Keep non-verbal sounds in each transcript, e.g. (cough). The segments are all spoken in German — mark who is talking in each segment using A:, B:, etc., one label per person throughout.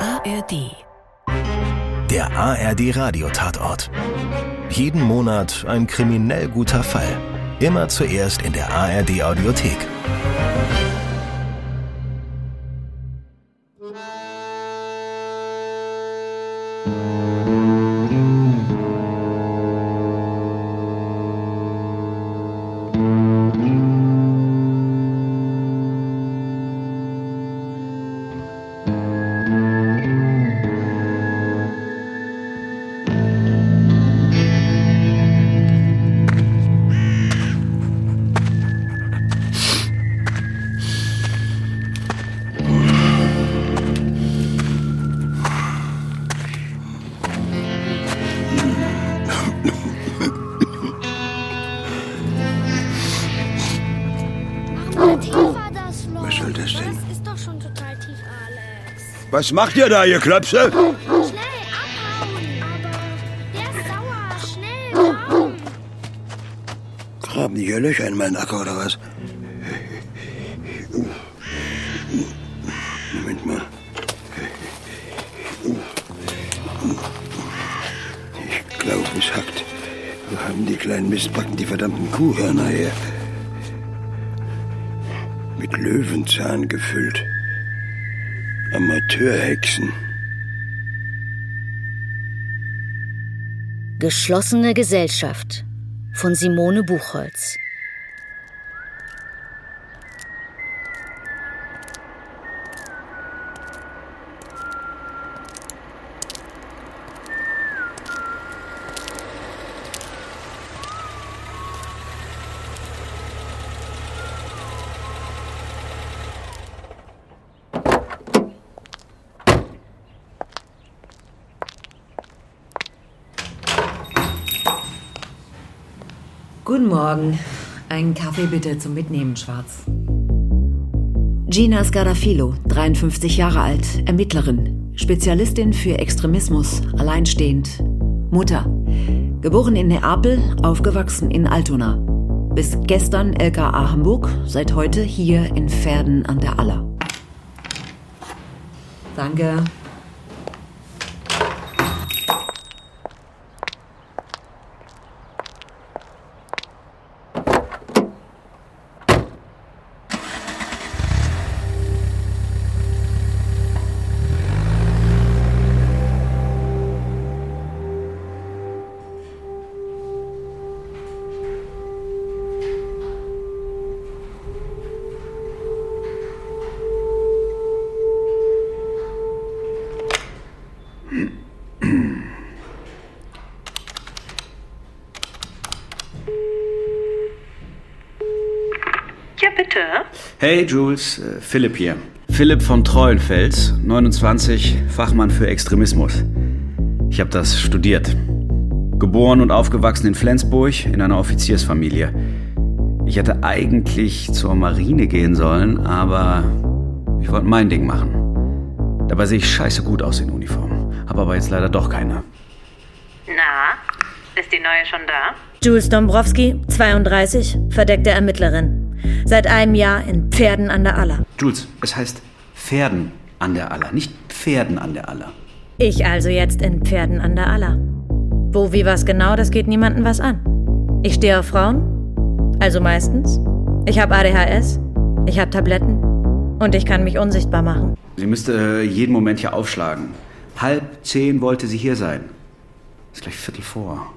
A: ARD.
B: Der ARD Radiotatort. Jeden Monat ein kriminell guter Fall. Immer zuerst in der ARD Audiothek.
C: Mach mal tiefer das Loch.
D: Was soll das denn?
C: Das ist doch schon total tief, Alex.
D: Was macht ihr da, ihr Klöpse?
C: Schnell, abhauen. Aber der ist sauer. Schnell, raus.
D: Graben die hier Löcher in meinen Acker oder was? Moment mal. Ich glaube, es hackt. Wo haben die kleinen Mistbacken die verdammten Kuhhörner her? Mit Löwenzahn gefüllt. Amateurhexen.
E: Geschlossene Gesellschaft von Simone Buchholz.
F: Guten Morgen. Einen Kaffee bitte zum Mitnehmen, Schwarz. Gina Scarafilo, 53 Jahre alt, Ermittlerin, Spezialistin für Extremismus, alleinstehend, Mutter. Geboren in Neapel, aufgewachsen in Altona. Bis gestern LKA Hamburg, seit heute hier in Verden an der Aller. Danke.
G: Ja, bitte.
H: Hey Jules, äh, Philipp hier. Philipp von Treuenfels, 29, Fachmann für Extremismus. Ich habe das studiert. Geboren und aufgewachsen in Flensburg in einer Offiziersfamilie. Ich hätte eigentlich zur Marine gehen sollen, aber ich wollte mein Ding machen. Dabei sehe ich scheiße gut aus in Uniform. Habe aber jetzt leider doch keine.
G: Na, ist die neue schon da?
I: Jules Dombrowski, 32, verdeckte Ermittlerin. Seit einem Jahr in Pferden an der Aller.
H: Jules, es heißt Pferden an der Aller, nicht Pferden an der Aller.
I: Ich also jetzt in Pferden an der Aller. Wo, wie, was genau, das geht niemandem was an. Ich stehe auf Frauen, also meistens. Ich habe ADHS, ich habe Tabletten und ich kann mich unsichtbar machen.
H: Sie müsste äh, jeden Moment hier aufschlagen. Halb zehn wollte sie hier sein. Ist gleich Viertel vor.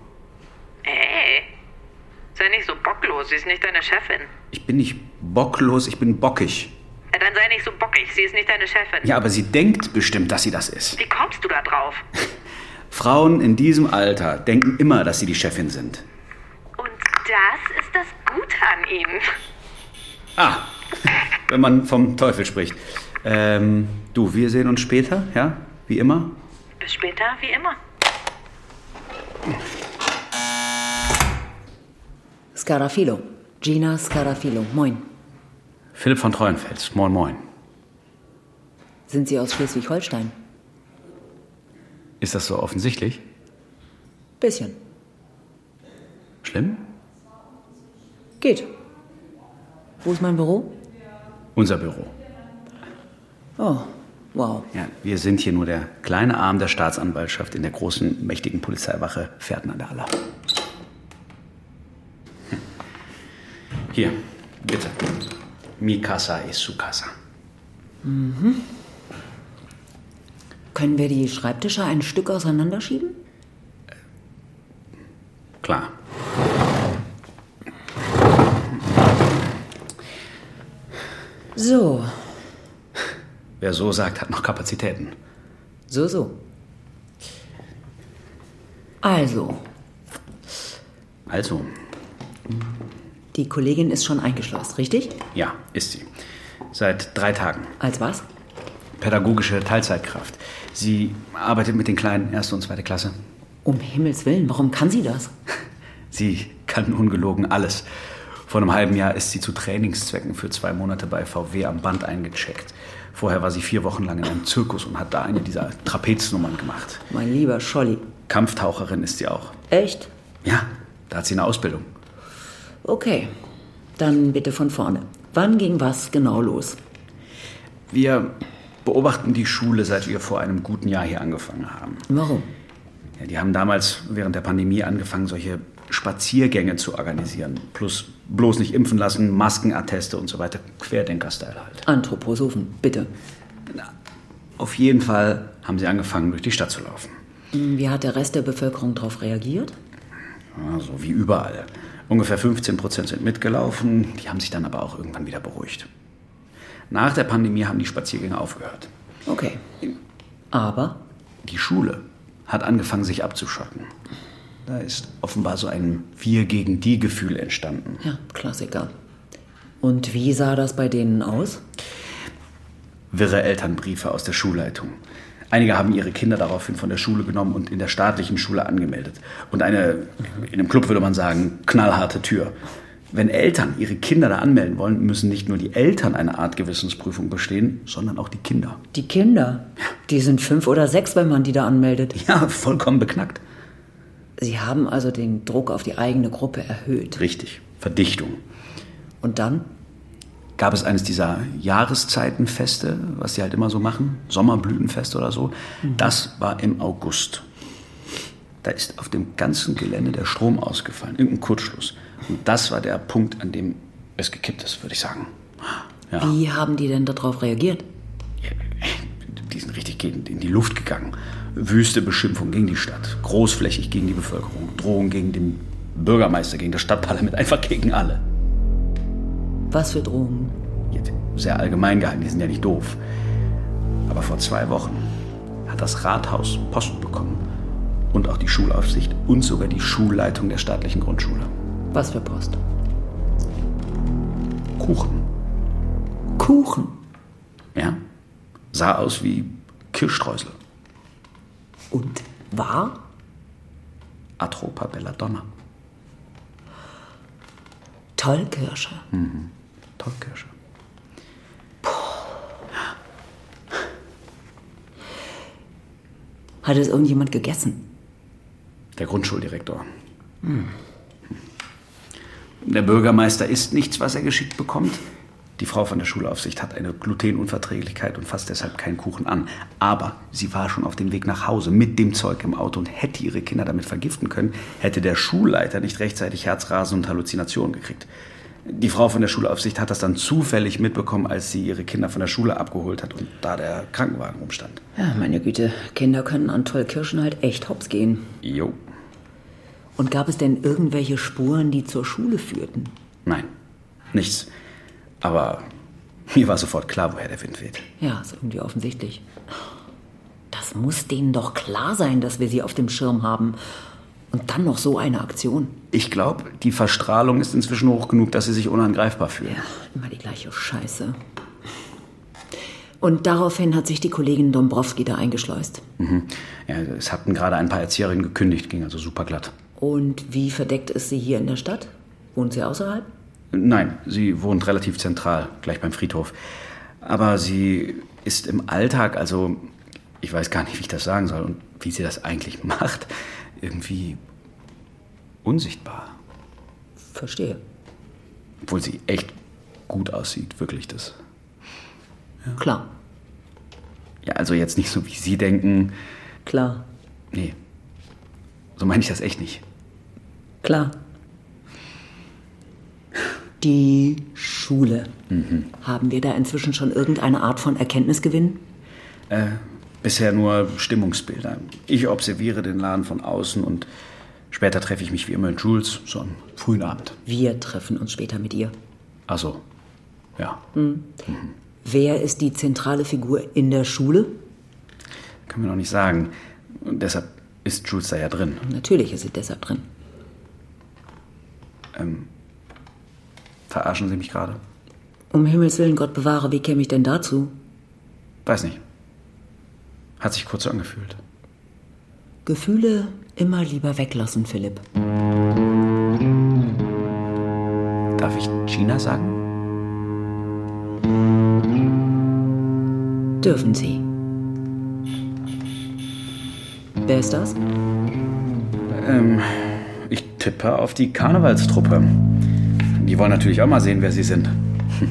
G: Hey, sei nicht so bocklos, sie ist nicht deine Chefin.
H: Ich bin nicht bocklos, ich bin bockig.
G: Ja, dann sei nicht so bockig, sie ist nicht deine Chefin.
H: Ja, aber sie denkt bestimmt, dass sie das ist.
G: Wie kommst du da drauf?
H: Frauen in diesem Alter denken immer, dass sie die Chefin sind.
G: Und das ist das Gute an ihnen.
H: Ah, wenn man vom Teufel spricht. Ähm, du, wir sehen uns später, ja? Wie immer.
G: Bis später, wie immer.
F: Scarafilo. Gina Scarafilo. Moin.
H: Philipp von Treuenfels, moin moin.
F: Sind Sie aus Schleswig-Holstein?
H: Ist das so offensichtlich?
F: Bisschen.
H: Schlimm?
F: Geht. Wo ist mein Büro?
H: Unser Büro.
F: Oh, Wow.
H: Ja, wir sind hier nur der kleine Arm der Staatsanwaltschaft in der großen, mächtigen Polizeiwache Pferden an der Aller. Hm. Hier, bitte. Mikasa ist Sukasa.
F: mhm. Können wir die Schreibtische ein Stück auseinanderschieben?
H: Klar.
F: So,
H: Wer so sagt, hat noch Kapazitäten.
F: so, so. Also,
H: Also,
F: die Kollegin ist schon eingeschlossen, richtig?
H: ja, ist sie. Seit drei Tagen.
F: Als was?
H: Pädagogische Teilzeitkraft. Sie arbeitet mit den Kleinen, erste und zweite Klasse.
F: Um Himmels Willen, warum kann sie das?
H: Sie kann ungelogen alles. Vor einem halben Jahr ist sie zu Trainingszwecken für zwei Monate bei VW am Band eingecheckt. Vorher war sie vier Wochen lang in einem Zirkus und hat da eine dieser Trapeznummern gemacht.
F: Mein lieber Scholli. Äh?
H: Kampftaucherin ist sie auch.
F: Echt?
H: Ja, da hat sie eine Ausbildung.
F: Okay, dann bitte von vorne. Wann ging was genau los?
H: Wir beobachten die Schule, seit wir vor einem guten Jahr hier angefangen haben.
F: Warum?
H: Ja, die haben damals während der Pandemie angefangen, solche Spaziergänge zu organisieren. Plus bloß nicht impfen lassen, Maskenatteste und so weiter. Querdenker-Style halt.
F: Anthroposophen, bitte.
H: Auf jeden Fall haben sie angefangen, durch die Stadt zu laufen.
F: Hm, Wie hat der Rest der Bevölkerung darauf reagiert?
H: Ja,
F: Also,
H: so wie überall. Ungefähr 15 Prozent sind mitgelaufen, die haben sich dann aber auch irgendwann wieder beruhigt. Nach der Pandemie haben die Spaziergänge aufgehört.
F: Okay. Aber
H: Die Schule hat angefangen, sich abzuschotten. Da ist offenbar so ein Wir gegen die Gefühl entstanden.
F: Ja, Klassiker. Und wie sah das bei denen aus?
H: Wirre Elternbriefe aus der Schulleitung. Einige haben ihre Kinder daraufhin von der Schule genommen und in der staatlichen Schule angemeldet. Und eine, in einem Club würde man sagen, knallharte Tür. Wenn Eltern ihre Kinder da anmelden wollen, müssen nicht nur die Eltern eine Art Gewissensprüfung bestehen, sondern auch die Kinder.
F: Die Kinder, die sind fünf oder sechs, wenn man die da anmeldet.
H: Ja, vollkommen beknackt.
F: Sie haben also den Druck auf die eigene Gruppe erhöht.
H: Richtig. Verdichtung.
F: Und dann?
H: gab es eines dieser Jahreszeitenfeste, was sie halt immer so machen, Sommerblütenfest oder so.
F: Mhm.
H: Das war im August. Da ist auf dem ganzen Gelände der Strom ausgefallen, irgendein Kurzschluss. Und das war der Punkt, an dem es gekippt ist, würde ich sagen. Ja.
F: Wie haben die denn darauf reagiert?
H: Die sind richtig gegen- in die Luft gegangen. Wüste Beschimpfung gegen die Stadt, großflächig gegen die Bevölkerung, Drohung gegen den Bürgermeister, gegen das Stadtparlament, einfach gegen alle.
F: Was für Drohungen?
H: Jetzt sehr allgemein gehalten, die sind ja nicht doof. Aber vor zwei Wochen hat das Rathaus Post bekommen und auch die Schulaufsicht und sogar die Schulleitung der staatlichen Grundschule.
F: Was für Post?
H: Kuchen,
F: Kuchen.
H: ja? Sah aus wie Kirschstreusel.
F: Und war?
H: Atropa belladonna.
F: Tollkirsche.
H: Hm. Mhm. Tollkirsche.
F: Hat es irgendjemand gegessen?
H: Der Grundschuldirektor. Der Bürgermeister isst nichts, was er geschickt bekommt. Die Frau von der Schulaufsicht hat eine Glutenunverträglichkeit und fasst deshalb keinen Kuchen an. Aber sie war schon auf dem Weg nach Hause mit dem Zeug im Auto und hätte ihre Kinder damit vergiften können, hätte der Schulleiter nicht rechtzeitig Herzrasen und Halluzinationen gekriegt. Die Frau von der Schulaufsicht hat das dann zufällig mitbekommen, als sie ihre Kinder von der Schule abgeholt hat und da der Krankenwagen rumstand.
F: Ja, meine Güte, Kinder können an Tollkirschen halt echt hops gehen.
H: Jo.
F: Und gab es denn irgendwelche Spuren, die zur Schule führten?
H: Nein, nichts. Aber mir war sofort klar, woher der Wind weht.
F: Ja, ist irgendwie offensichtlich. Das muss denen doch klar sein, dass wir sie auf dem Schirm haben. Und dann noch so eine Aktion.
H: Ich glaube, die Verstrahlung ist inzwischen hoch genug, dass sie sich unangreifbar fühlen.
F: Immer die gleiche Scheiße. Und daraufhin hat sich die Kollegin Dombrowski da eingeschleust.
H: Mhm. Ja, es hatten gerade ein paar Erzieherinnen gekündigt, ging also super glatt.
F: Und wie verdeckt ist sie hier in der Stadt? Wohnt sie außerhalb?
H: Nein, sie wohnt relativ zentral, gleich beim Friedhof. Aber sie ist im Alltag, also ich weiß gar nicht, wie ich das sagen soll und wie sie das eigentlich (laughs) macht, irgendwie unsichtbar.
F: Verstehe.
H: Obwohl sie echt gut aussieht, wirklich das.
F: Klar.
H: Ja, also jetzt nicht so, wie Sie denken.
F: Klar,
H: Nee. So meine ich das echt nicht.
F: klar. Die Schule.
H: Mhm.
F: Haben wir da inzwischen schon irgendeine Art von Erkenntnisgewinn?
H: Äh, Bisher nur Stimmungsbilder. Ich observiere den Laden von außen und später treffe ich mich wie immer mit Jules, so am frühen Abend.
F: Wir treffen uns später mit ihr.
H: Also, ja.
F: Hm. Wer ist die zentrale Figur in der Schule?
H: Können wir noch nicht sagen. Und deshalb ist Jules da ja drin.
F: Natürlich ist sie deshalb drin.
H: Ähm, Verarschen Sie mich gerade?
F: Um Himmels Willen, Gott bewahre, wie käme ich denn dazu?
H: Weiß nicht. Hat sich kurz so angefühlt.
F: Gefühle immer lieber weglassen, Philipp.
H: Darf ich Gina sagen?
F: Dürfen Sie. Wer ist das?
H: Ähm, Ich tippe auf die Karnevalstruppe. Die wollen natürlich auch mal sehen, wer sie sind. Hm.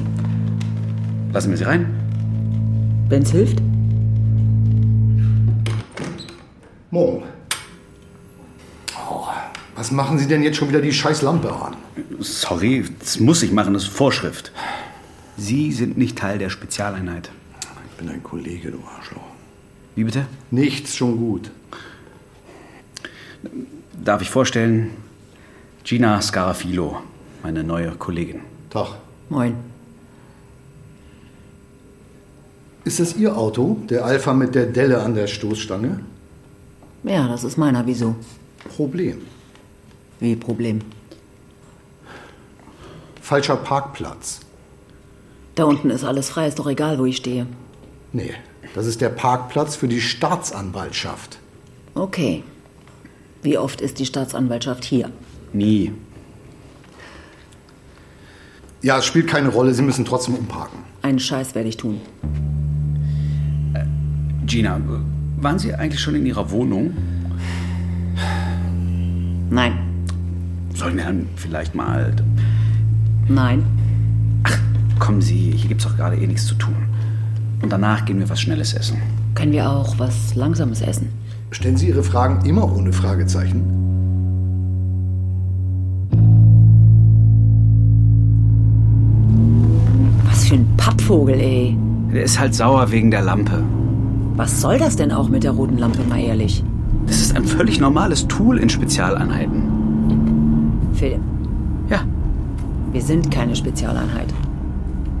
H: Lassen wir sie rein?
F: Wenn's hilft?
J: Morgen. Oh, was machen Sie denn jetzt schon wieder die scheiß Lampe an?
H: Sorry, das muss ich machen, das ist Vorschrift. Sie sind nicht Teil der Spezialeinheit.
J: Ich bin ein Kollege, du Arschloch.
H: Wie bitte?
J: Nichts schon gut.
H: Darf ich vorstellen? Gina Scarafilo, meine neue Kollegin.
J: Tag.
F: Moin.
J: Ist das Ihr Auto, der Alpha mit der Delle an der Stoßstange?
F: Ja, das ist meiner. Wieso?
J: Problem.
F: Wie Problem?
J: Falscher Parkplatz.
F: Da unten ist alles frei, ist doch egal, wo ich stehe.
J: Nee, das ist der Parkplatz für die Staatsanwaltschaft.
F: Okay. Wie oft ist die Staatsanwaltschaft hier?
H: Nie.
J: Ja, es spielt keine Rolle, Sie müssen trotzdem umparken.
F: Einen Scheiß werde ich tun.
H: Äh, Gina, waren Sie eigentlich schon in Ihrer Wohnung?
F: Nein.
H: Sollen wir dann vielleicht mal.
F: Nein.
H: Kommen Sie, hier gibt's doch gerade eh nichts zu tun. Und danach gehen wir was Schnelles essen.
F: Können wir auch was Langsames essen?
J: Stellen Sie Ihre Fragen immer ohne Fragezeichen?
F: Was für ein Pappvogel, ey.
H: Der ist halt sauer wegen der Lampe.
F: Was soll das denn auch mit der roten Lampe, mal ehrlich?
H: Das ist ein völlig normales Tool in Spezialeinheiten.
F: Philipp,
H: Ja.
F: wir sind keine Spezialeinheit.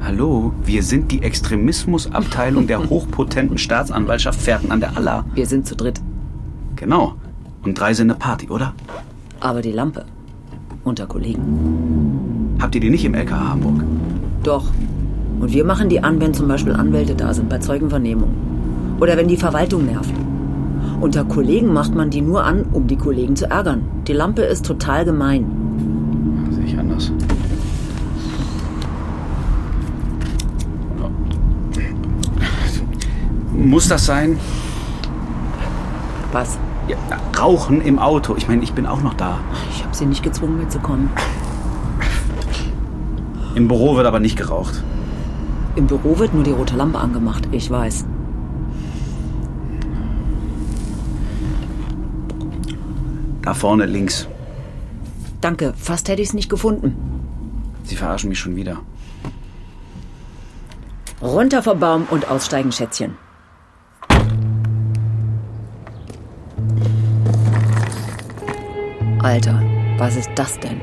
H: Hallo, wir sind die Extremismusabteilung der hochpotenten Staatsanwaltschaft Pferden an der Aller.
F: Wir sind zu dritt.
H: Genau. Und drei sind eine Party, oder?
F: Aber die Lampe. Unter Kollegen.
H: Habt ihr die nicht im LKH Hamburg?
F: Doch. Und wir machen die an, wenn zum Beispiel Anwälte da sind bei Zeugenvernehmungen. Oder wenn die Verwaltung nervt. Unter Kollegen macht man die nur an, um die Kollegen zu ärgern. Die Lampe ist total gemein.
H: Sehe ich anders. Muss das sein?
F: Was?
H: Ja, rauchen im Auto. Ich meine, ich bin auch noch da.
F: Ich habe sie nicht gezwungen mitzukommen.
H: Im Büro wird aber nicht geraucht.
F: Im Büro wird nur die rote Lampe angemacht, ich weiß.
H: Da vorne links.
F: Danke, fast hätte ich es nicht gefunden.
H: Sie verarschen mich schon wieder.
F: Runter vom Baum und aussteigen, Schätzchen. Alter, was ist das denn?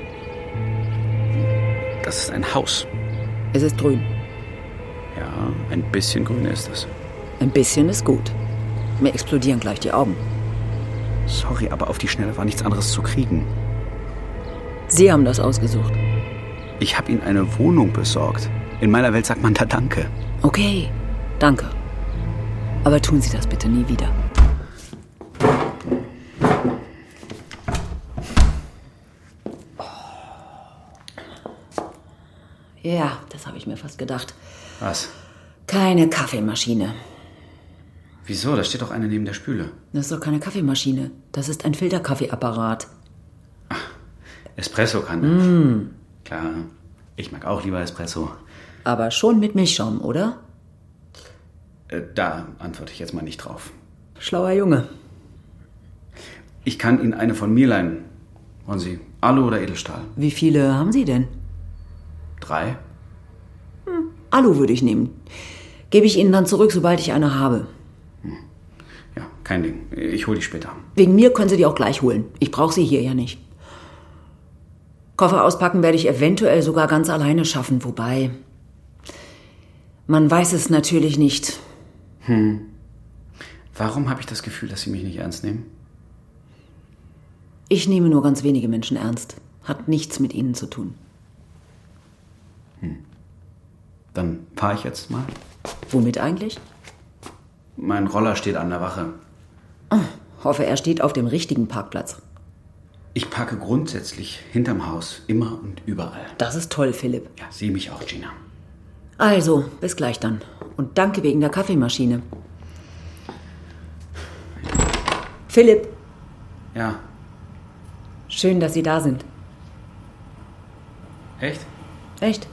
H: Das ist ein Haus.
F: Es ist grün.
H: Ja, ein bisschen grün ist das.
F: Ein bisschen ist gut. Mir explodieren gleich die Augen.
H: Sorry, aber auf die Schnelle war nichts anderes zu kriegen.
F: Sie haben das ausgesucht.
H: Ich habe Ihnen eine Wohnung besorgt. In meiner Welt sagt man da Danke.
F: Okay, danke. Aber tun Sie das bitte nie wieder. Oh. Ja, das habe ich mir fast gedacht.
H: Was?
F: Keine Kaffeemaschine.
H: Wieso? Da steht doch eine neben der Spüle.
F: Das ist doch keine Kaffeemaschine. Das ist ein Filterkaffeeapparat.
H: Espressokanne. Mm. Klar. Ich mag auch lieber Espresso.
F: Aber schon mit Milchschaum, oder?
H: Äh, da antworte ich jetzt mal nicht drauf.
F: Schlauer Junge.
H: Ich kann Ihnen eine von mir leihen. Wollen Sie Alu oder Edelstahl?
F: Wie viele haben Sie denn? Hm,
H: Drei?
F: Alu würde ich nehmen. Gebe ich Ihnen dann zurück, sobald ich eine habe.
H: Ja, kein Ding. Ich hole die später.
F: Wegen mir können Sie die auch gleich holen. Ich brauche sie hier ja nicht. Koffer auspacken werde ich eventuell sogar ganz alleine schaffen, wobei. Man weiß es natürlich nicht.
H: Warum habe ich das Gefühl, dass Sie mich nicht ernst nehmen?
F: Ich nehme nur ganz wenige Menschen ernst. Hat nichts mit Ihnen zu tun.
H: Dann fahre ich jetzt mal.
F: Womit eigentlich?
H: Mein Roller steht an der Wache.
F: Ah, Hoffe, er steht auf dem richtigen Parkplatz.
H: Ich parke grundsätzlich hinterm Haus, immer und überall.
F: Das ist toll, Philipp.
H: Ja, Sie mich auch, Gina.
F: Also, bis gleich dann. Und danke wegen der Kaffeemaschine. Philipp,
H: Ja.
F: schön, dass Sie da sind.
H: Echt?
F: Echt?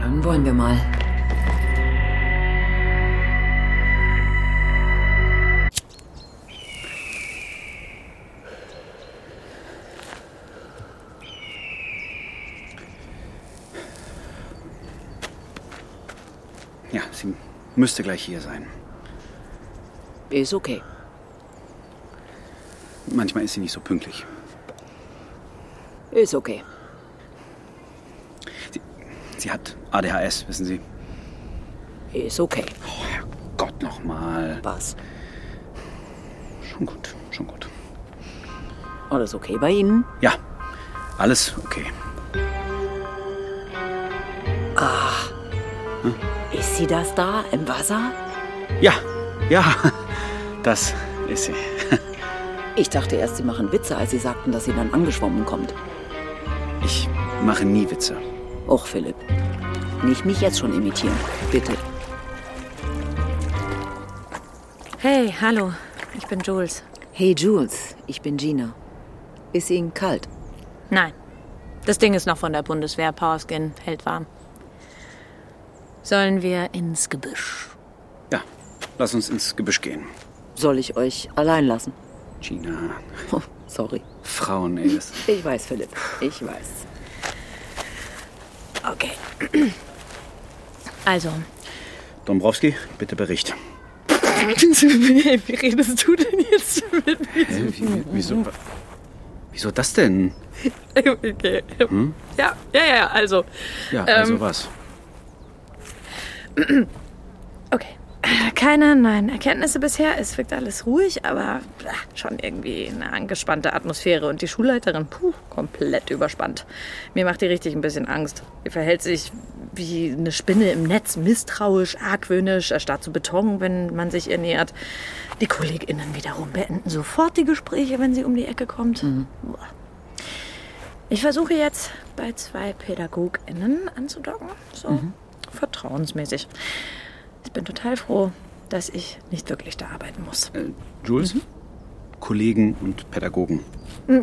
F: Dann wollen wir mal.
H: Ja, sie müsste gleich hier sein.
F: Ist okay.
H: Manchmal ist sie nicht so pünktlich.
F: Ist okay.
H: Sie, sie hat ADHS, wissen Sie.
F: Ist okay.
H: Oh, Herrgott, nochmal.
F: Was?
H: Schon gut, schon gut.
F: Alles okay bei Ihnen?
H: Ja, alles okay.
F: Ah. Hm? Ist sie das da im Wasser?
H: Ja, ja, (laughs) das ist sie.
F: Ich dachte erst, sie machen Witze, als sie sagten, dass sie dann angeschwommen kommt.
H: Ich mache nie Witze.
F: Och, Philipp. Nicht mich jetzt schon imitieren. Bitte.
I: Hey, hallo. Ich bin Jules.
F: Hey Jules, ich bin Gina. Ist Ihnen kalt?
I: Nein. Das Ding ist noch von der Bundeswehr. Powerskin hält warm. Sollen wir ins Gebüsch?
H: Ja, lass uns ins Gebüsch gehen.
F: Soll ich euch allein lassen?
H: Gina,
F: Oh, sorry.
H: Frauen, ey, das
F: Ich weiß, Philipp. Ich weiß.
I: Okay.
H: (laughs)
I: Also,
H: Dombrowski, bitte Bericht.
I: wie redest du denn jetzt mit
H: Hä, wie, wieso, wieso das denn? Hm?
I: mir? Okay. Ja, ja, ja, also.
H: Ja,
F: Ähm.
H: also was?
I: Okay. Keine neuen Erkenntnisse bisher. Es wirkt alles ruhig, aber ah, schon irgendwie eine angespannte Atmosphäre. Und die Schulleiterin, puh, komplett überspannt. Mir macht die richtig ein bisschen Angst. Die verhält sich wie eine Spinne im Netz, misstrauisch, argwöhnisch, erstarrt zu Beton, wenn man sich ihr nähert. Die KollegInnen wiederum beenden sofort die Gespräche, wenn sie um die Ecke kommt. Boah. Ich versuche jetzt bei zwei PädagogInnen anzudocken. So vertrauensmäßig. Ich bin total froh, dass ich nicht wirklich da arbeiten muss.
H: Äh,
F: Mhm.
H: Jules? Kollegen und Pädagogen.
I: Äh,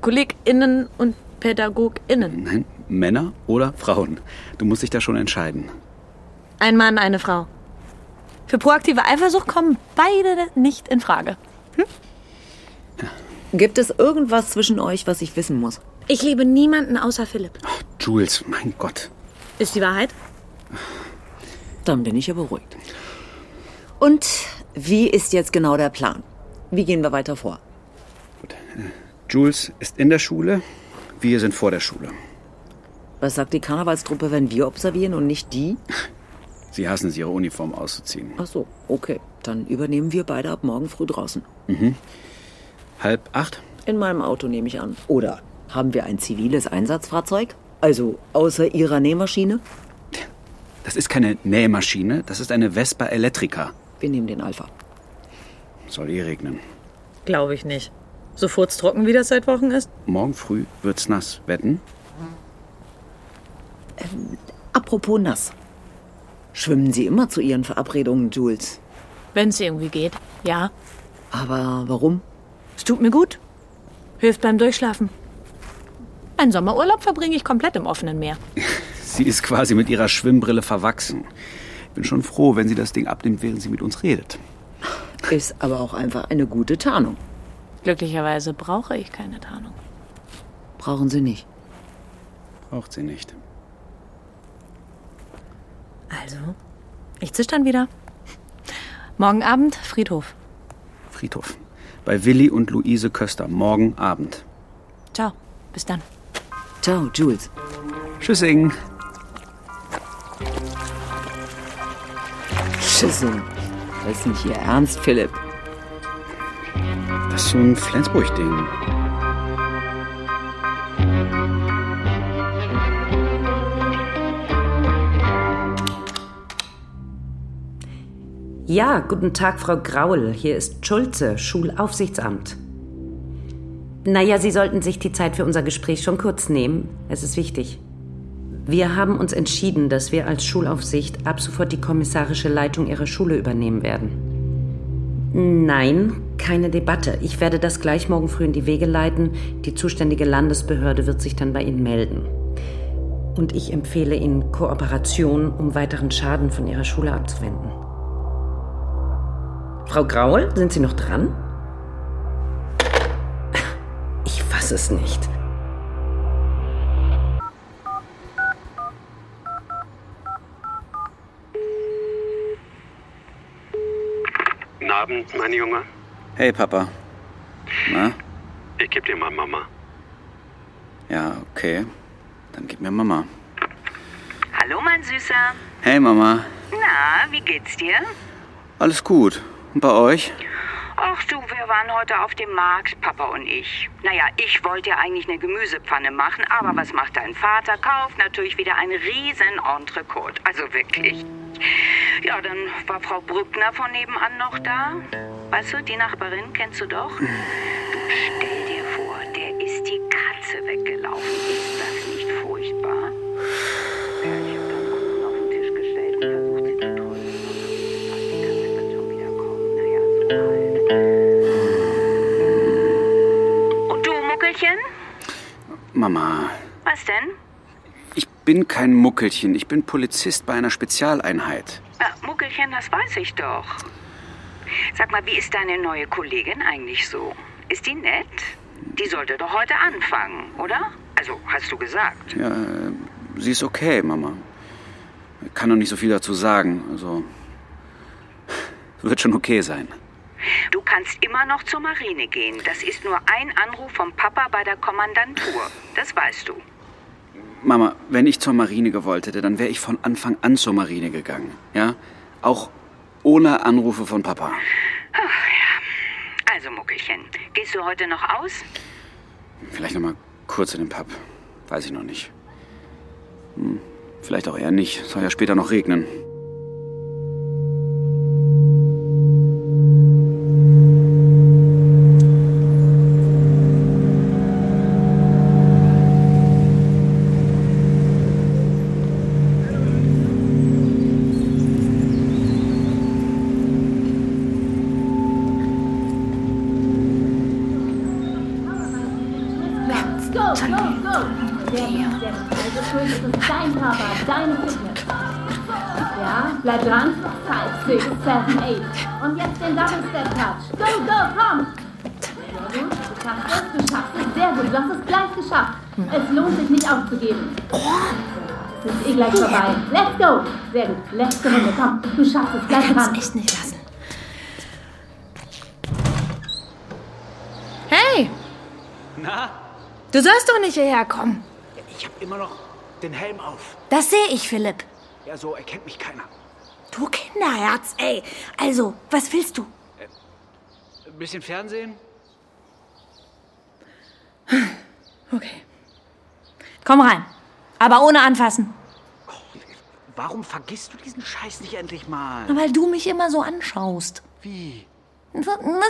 I: KollegInnen und PädagogInnen.
H: Nein, Männer oder Frauen. Du musst dich da schon entscheiden.
I: Ein Mann, eine Frau. Für proaktive Eifersucht kommen beide nicht in Frage.
F: Gibt es irgendwas zwischen euch, was ich wissen muss?
I: Ich liebe niemanden außer Philipp.
H: Jules, mein Gott.
I: Ist die Wahrheit?
F: Dann bin ich ja beruhigt. Und wie ist jetzt genau der Plan? Wie gehen wir weiter vor?
H: Jules ist in der Schule, wir sind vor der Schule.
F: Was sagt die Karnevalstruppe, wenn wir observieren und nicht die?
H: Sie hassen es, ihre Uniform auszuziehen.
F: Ach so, okay. Dann übernehmen wir beide ab morgen früh draußen.
H: Mhm. Halb acht?
F: In meinem Auto nehme ich an. Oder haben wir ein ziviles Einsatzfahrzeug? Also außer Ihrer Nähmaschine?
H: Das ist keine Nähmaschine, das ist eine Vespa Electrica.
F: Wir nehmen den Alpha.
H: Soll eh regnen.
I: Glaube ich nicht. So furztrocken, wie das seit Wochen ist?
H: Morgen früh wird's nass. Wetten?
K: Apropos nass. Schwimmen Sie immer zu Ihren Verabredungen, Jules.
I: Wenn es irgendwie geht, ja.
K: Aber warum?
I: Es tut mir gut. Hilft beim Durchschlafen. Einen Sommerurlaub verbringe ich komplett im offenen Meer.
H: Sie ist quasi mit ihrer Schwimmbrille verwachsen. Ich bin schon froh, wenn sie das Ding abnimmt, während sie mit uns redet.
K: Ist aber auch einfach eine gute Tarnung.
I: Glücklicherweise brauche ich keine Tarnung.
K: Brauchen Sie nicht.
H: Braucht sie nicht.
I: Also, ich zisch dann wieder. Morgen Abend Friedhof.
H: Friedhof. Bei Willi und Luise Köster. Morgen Abend.
I: Ciao. Bis dann.
K: Ciao, Jules.
H: Tschüssing.
K: Schüssel. Das ist nicht Ihr Ernst, Philipp.
H: Das ist so ein Flensburg-Ding.
F: Ja, guten Tag, Frau Graul. Hier ist Schulze, Schulaufsichtsamt. Naja, Sie sollten sich die Zeit für unser Gespräch schon kurz nehmen. Es ist wichtig. Wir haben uns entschieden, dass wir als Schulaufsicht ab sofort die kommissarische Leitung Ihrer Schule übernehmen werden. Nein, keine Debatte. Ich werde das gleich morgen früh in die Wege leiten. Die zuständige Landesbehörde wird sich dann bei Ihnen melden. Und ich empfehle Ihnen Kooperation, um weiteren Schaden von Ihrer Schule abzuwenden. Frau Graul, sind Sie noch dran? Ich fasse es nicht.
C: Guten Abend, mein Junge.
H: Hey, Papa. Na?
C: Ich geb dir mal Mama.
H: Ja, okay. Dann gib mir Mama.
L: Hallo, mein Süßer.
H: Hey, Mama.
L: Na, wie geht's dir?
H: Alles gut. Und bei euch?
L: Ach du, wir waren heute auf dem Markt, Papa und ich. Naja, ich wollte ja eigentlich eine Gemüsepfanne machen, aber was macht dein Vater? Kauft natürlich wieder einen riesen Entrecote. Also wirklich. Ja, dann war Frau Brückner von nebenan noch da. Weißt du, die Nachbarin kennst du doch?
F: Hm.
L: Du stell dir vor, der ist die Katze weggelaufen. Ist das nicht furchtbar? Ja, ich hab dann Kuchen auf den Tisch gestellt und versucht, sie zu trösten. Die Katze wird schon wieder kommen. Naja, so halt. Und du, Muckelchen?
H: Mama,
L: Was denn?
H: ich bin kein Muckelchen. Ich bin Polizist bei einer Spezialeinheit.
L: Ah, Muckelchen, das weiß ich doch. Sag mal, wie ist deine neue Kollegin eigentlich so? Ist die nett? Die sollte doch heute anfangen, oder? Also, hast du gesagt.
H: Ja, äh, sie ist okay, Mama. Ich kann noch nicht so viel dazu sagen. Also, wird schon okay sein.
L: Du kannst immer noch zur Marine gehen. Das ist nur ein Anruf vom Papa bei der Kommandantur. Das weißt du.
H: Mama, wenn ich zur Marine gewollt hätte, dann wäre ich von Anfang an zur Marine gegangen. Ja? Auch ohne Anrufe von Papa.
L: Also, Muckelchen, gehst du heute noch aus?
H: Vielleicht noch mal kurz in den Pub. Weiß ich noch nicht. Hm, vielleicht auch eher nicht. Soll ja später noch regnen.
M: Let's go, go, go! Also Schulz, das ist dein Papa, deine Fitness. Ja, bleib dran. 5, 6, 7, 8. Und jetzt den Double Step Touch. Go, go, komm! Sehr gut, du schaffst es, du schaffst es, sehr gut. Du hast es gleich geschafft. Es lohnt sich nicht aufzugeben. Das ist eh gleich vorbei. Let's go! Sehr gut, letzte Runde, komm, du schaffst es, bleib dran. Ich nicht lassen.
I: Hey,
N: Na,
I: du sollst doch nicht hierher kommen.
N: ich habe immer noch den Helm auf.
O: Das sehe ich, Philipp.
N: Ja, so erkennt mich keiner.
O: Du Kinderherz, ey. Also, was willst du?
N: Ein bisschen Fernsehen?
I: Okay. Komm rein. Aber ohne anfassen.
N: Warum vergisst du diesen Scheiß nicht endlich mal?
O: Weil du mich immer so anschaust.
N: Wie?
I: Na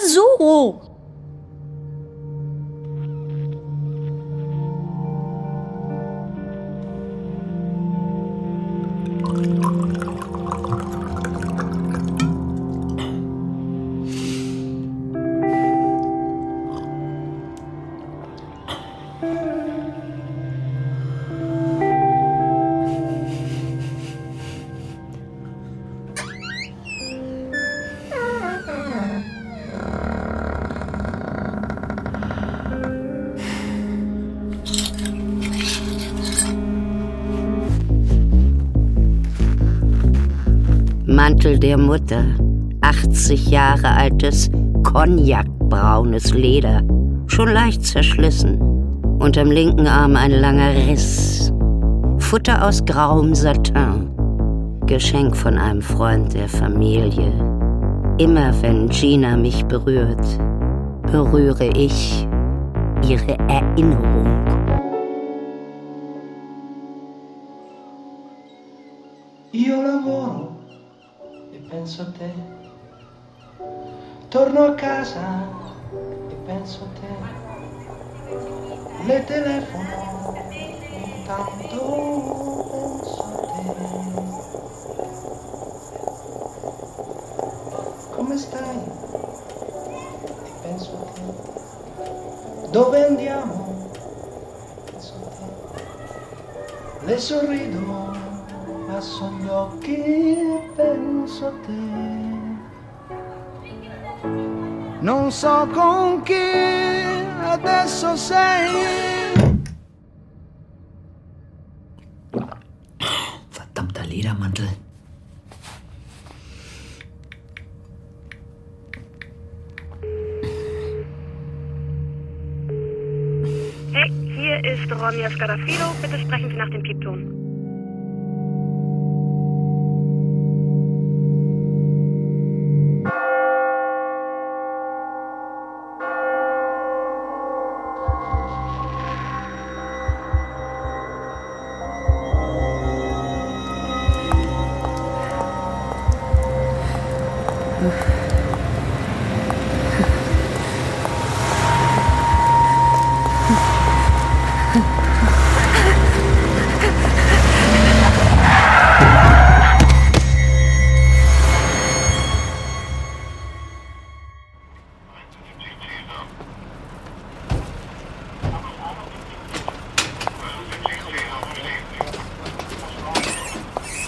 I: so.
P: Mantel der Mutter. 80 Jahre altes, cognacbraunes Leder. Schon leicht zerschlissen. Unterm linken Arm ein langer Riss. Futter aus grauem Satin. Geschenk von einem Freund der Familie. Immer wenn Gina mich berührt, berühre ich ihre Erinnerung.
Q: Io lavoro e penso a te. Torno a casa e penso a te. Le telefono intanto penso a te. Come stai? E penso a te. Dove andiamo? Penso a te. Le sorrido, passo gli occhi e penso a te. Non so con chi adesso sei.
F: Verdammter Ledermantel.
O: Hey, hier ist Romja Scarafido. Bitte sprechen Sie nach dem Piepton.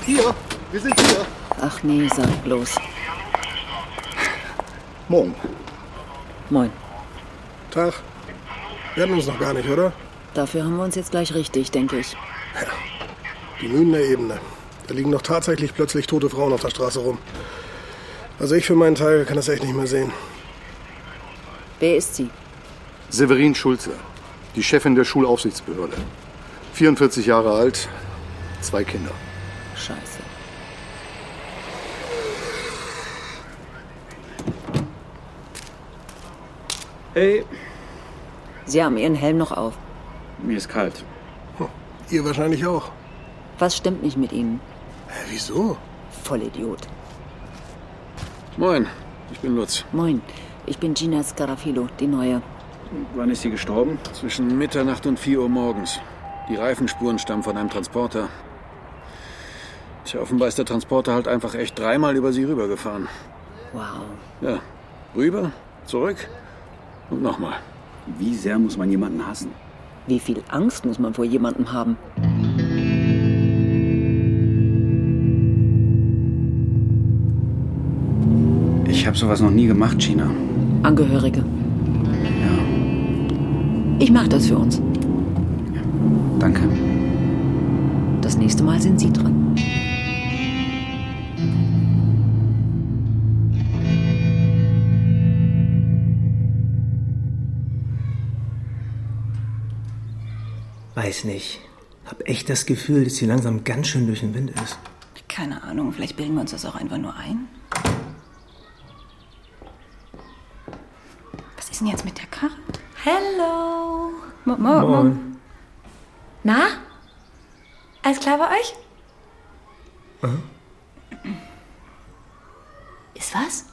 R: Hier, wir sind hier.
F: Ach nee, sag bloß.
B: Morgen.
F: Moin.
B: Tag. Wir hatten uns noch gar nicht, oder?
F: Dafür haben wir uns jetzt gleich richtig, denke ich.
B: Die Mühen der Ebene. Da liegen doch tatsächlich plötzlich tote Frauen auf der Straße rum. Also ich für meinen Teil kann das echt nicht mehr sehen.
F: Wer ist sie?
B: Severin
J: Schulze, die Chefin der Schulaufsichtsbehörde. 44 Jahre alt, zwei Kinder.
F: Scheiße.
H: Hey,
F: Sie haben ihren Helm noch auf.
H: mir ist kalt.
B: Ihr wahrscheinlich auch.
F: Was stimmt nicht mit Ihnen?
B: Hä, wieso?
F: Vollidiot.
H: Moin, ich bin Lutz.
F: Moin, ich bin Gina Scarafilo, die neue.
H: Wann ist sie gestorben?
S: Zwischen Mitternacht und 4 Uhr morgens. Die Reifenspuren stammen von einem Transporter. Tja, offenbar ist der Transporter halt einfach echt dreimal über sie rübergefahren.
F: Wow.
S: Ja, rüber, zurück und nochmal.
H: Wie sehr muss man jemanden hassen?
F: Wie viel Angst muss man vor jemandem haben?
H: Ich habe sowas noch nie gemacht, Gina.
F: Angehörige. Ich mach das für uns.
H: Danke.
F: Das nächste Mal sind Sie dran.
T: Weiß nicht. Hab echt das Gefühl, dass sie langsam ganz schön durch den Wind ist.
L: Keine Ahnung, vielleicht bilden wir uns das auch einfach nur ein. Was ist denn jetzt mit der Karre? Hello! Morgen.
I: Na? Alles klar bei euch?
T: Aha.
I: Ist was?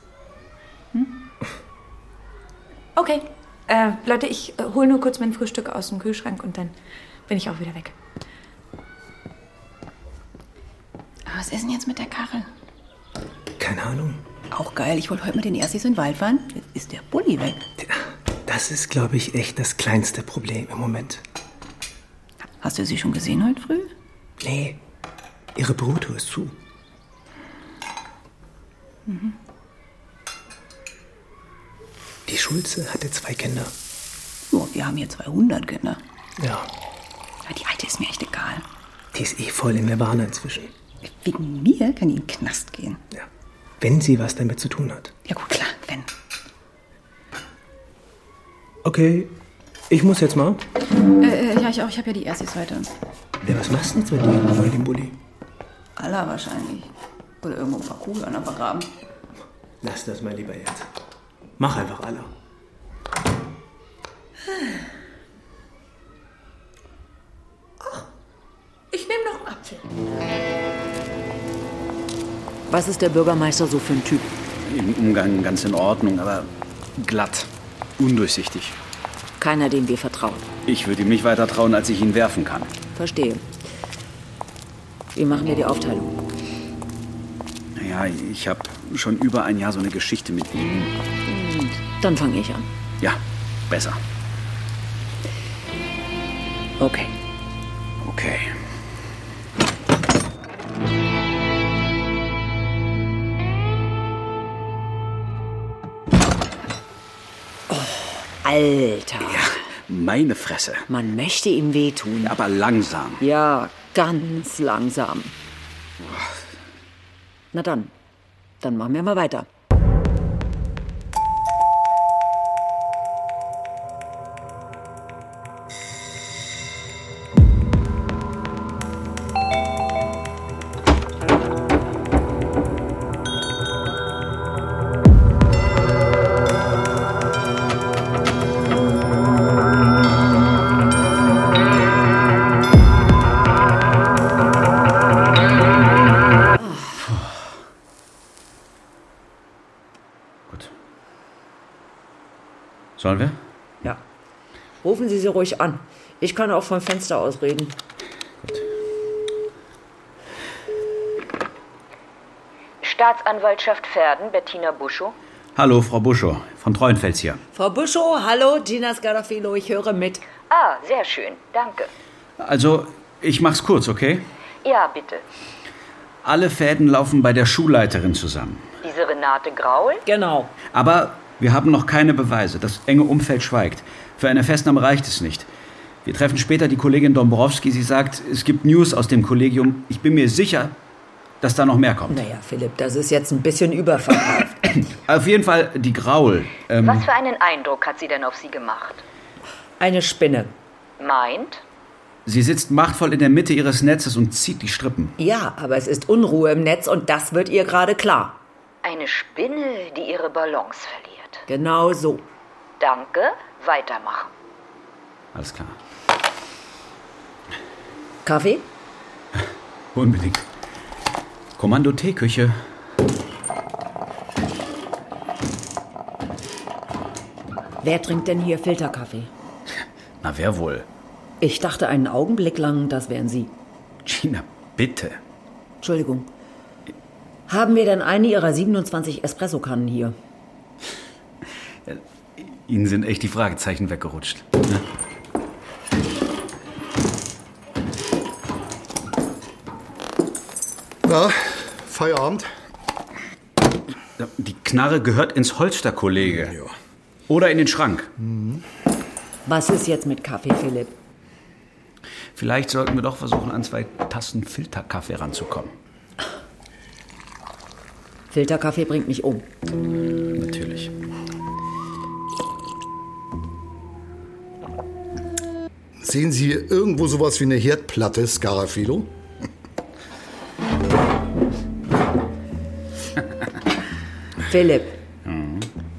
O: Okay. Äh, Leute, ich äh, hole nur kurz mein Frühstück aus dem Kühlschrank und dann bin ich auch wieder weg. Aber was ist denn jetzt mit der Karre?
T: Keine Ahnung.
O: Auch geil, ich wollte heute mit den Erstis in den Wald fahren. Jetzt ist der Bulli weg.
T: Das ist, glaube ich, echt das kleinste Problem im Moment.
O: Hast du sie schon gesehen heute früh?
T: Nee, ihre Bruttour ist zu.
O: Mhm.
T: Die Schulze hatte zwei Kinder.
O: So, wir haben hier 200 Kinder.
T: Ja,
O: Aber die alte ist mir echt egal.
T: die ist eh voll in Nirvana inzwischen.
O: Wegen mir kann die in den Knast gehen.
T: Wenn sie was damit zu tun hat.
O: Ja gut, klar, wenn.
T: Okay, ich muss jetzt mal.
O: Äh, äh, ja, ich auch. Ich habe ja die Erstis heute.
T: Ja, was machst du jetzt mit dem, mit dem Bulli?
O: Aller wahrscheinlich. Oder irgendwo ein paar Kugeln vergraben.
T: Lass das mal lieber jetzt. Mach einfach alle.
O: Ich nehme noch einen Apfel.
F: Was ist der Bürgermeister so für ein Typ?
H: Im Umgang ganz in Ordnung, aber glatt, undurchsichtig.
F: Keiner, dem wir vertrauen.
H: Ich würde ihm nicht weiter trauen, als ich ihn werfen kann.
F: Verstehe. Wie machen wir die Aufteilung?
H: Naja, ich habe schon über ein Jahr so eine Geschichte mit ihm.
F: Dann fange ich an.
H: Ja, besser.
F: Okay.
H: Okay.
F: Oh, Alter.
H: Meine Fresse.
F: Man möchte ihm wehtun.
H: Aber langsam.
F: Ja, ganz langsam. Na dann. Dann machen wir mal weiter.
H: Sollen wir?
F: Ja. Rufen Sie sie ruhig an. Ich kann auch vom Fenster aus reden.
U: Staatsanwaltschaft Verden, Bettina Buschow.
H: Hallo, Frau Buschow von Treuenfels hier.
F: Frau Buschow, hallo, Gina Scarafilo, ich höre mit.
U: Ah, sehr schön, danke.
H: Also, ich mach's kurz, okay?
U: Ja, bitte.
H: Alle Fäden laufen bei der Schulleiterin zusammen.
U: Diese Renate Graul?
F: Genau.
H: Aber wir haben noch keine Beweise. Das enge Umfeld schweigt. Für eine Festnahme reicht es nicht. Wir treffen später die Kollegin Dombrowski. Sie sagt, es gibt News aus dem Kollegium. Ich bin mir sicher, dass da noch mehr kommt.
F: Naja, Philipp, das ist jetzt ein bisschen überverkauft.
H: Auf jeden Fall die Graul. Ähm,
U: Was für einen Eindruck hat sie denn auf Sie gemacht?
F: Eine Spinne.
U: Meint?
H: sie sitzt machtvoll in der Mitte ihres Netzes und zieht die Strippen.
F: Ja, aber es ist Unruhe im Netz und das wird ihr gerade klar.
U: Eine Spinne, die ihre Balance verliert.
F: Genau so.
U: Danke, weitermachen.
H: Alles klar.
F: Kaffee?
H: Unbedingt. Kommando Teeküche.
F: Wer trinkt denn hier Filterkaffee?
H: Na, wer wohl?
F: Ich dachte einen Augenblick lang, das wären Sie.
H: Gina, bitte.
F: Entschuldigung. Haben wir denn eine Ihrer 27 Espressokannen hier?
H: Ihnen sind echt die Fragezeichen weggerutscht.
J: Na, Feierabend.
H: Die Knarre gehört ins Holster, Kollege. Oder in den Schrank.
F: Was ist jetzt mit Kaffee, Philipp?
H: Vielleicht sollten wir doch versuchen, an zwei Tassen Filterkaffee ranzukommen.
F: Filterkaffee bringt mich um.
H: Natürlich.
J: Sehen Sie hier irgendwo sowas wie eine Herdplatte, Scarafilo?
F: Philipp,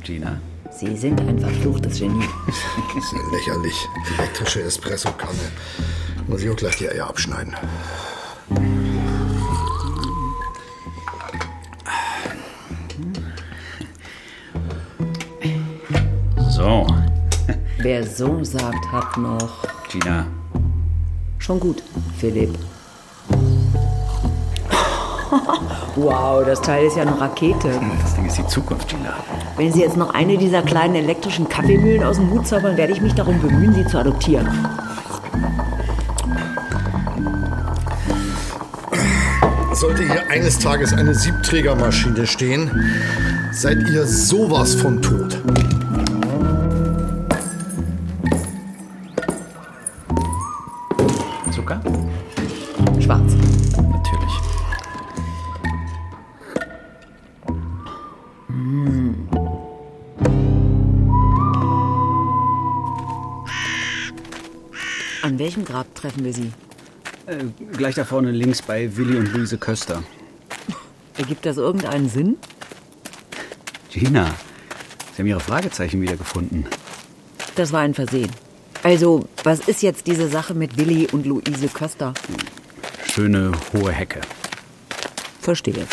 H: Gina?
F: Sie sind ein verfluchtes Genie.
J: Das ist ja (laughs) lächerlich. Elektrische Espressokanne. Muss ich auch gleich die Eier abschneiden.
H: So.
F: Wer so sagt, hat noch.
H: Gina,
F: Schon gut, Philipp. Wow, das Teil ist ja eine Rakete.
H: das Ding ist die Zukunft, Gina.
F: Wenn Sie jetzt noch eine dieser kleinen elektrischen Kaffeemühlen aus dem Hut zaubern, werde ich mich darum bemühen, sie zu adoptieren.
J: Sollte hier eines Tages eine Siebträgermaschine stehen, seid ihr sowas von tot.
H: Zucker?
F: Schwarz.
H: Natürlich.
F: An welchem Grab treffen wir Sie?
H: Äh, gleich da vorne links bei Willi und Luise Köster.
F: Ergibt das irgendeinen Sinn?
H: Gina, Sie haben Ihre Fragezeichen wiedergefunden.
F: Das war ein Versehen. Also, was ist jetzt diese Sache mit Willi und Luise Köster?
H: Schöne hohe Hecke.
F: Verstehe.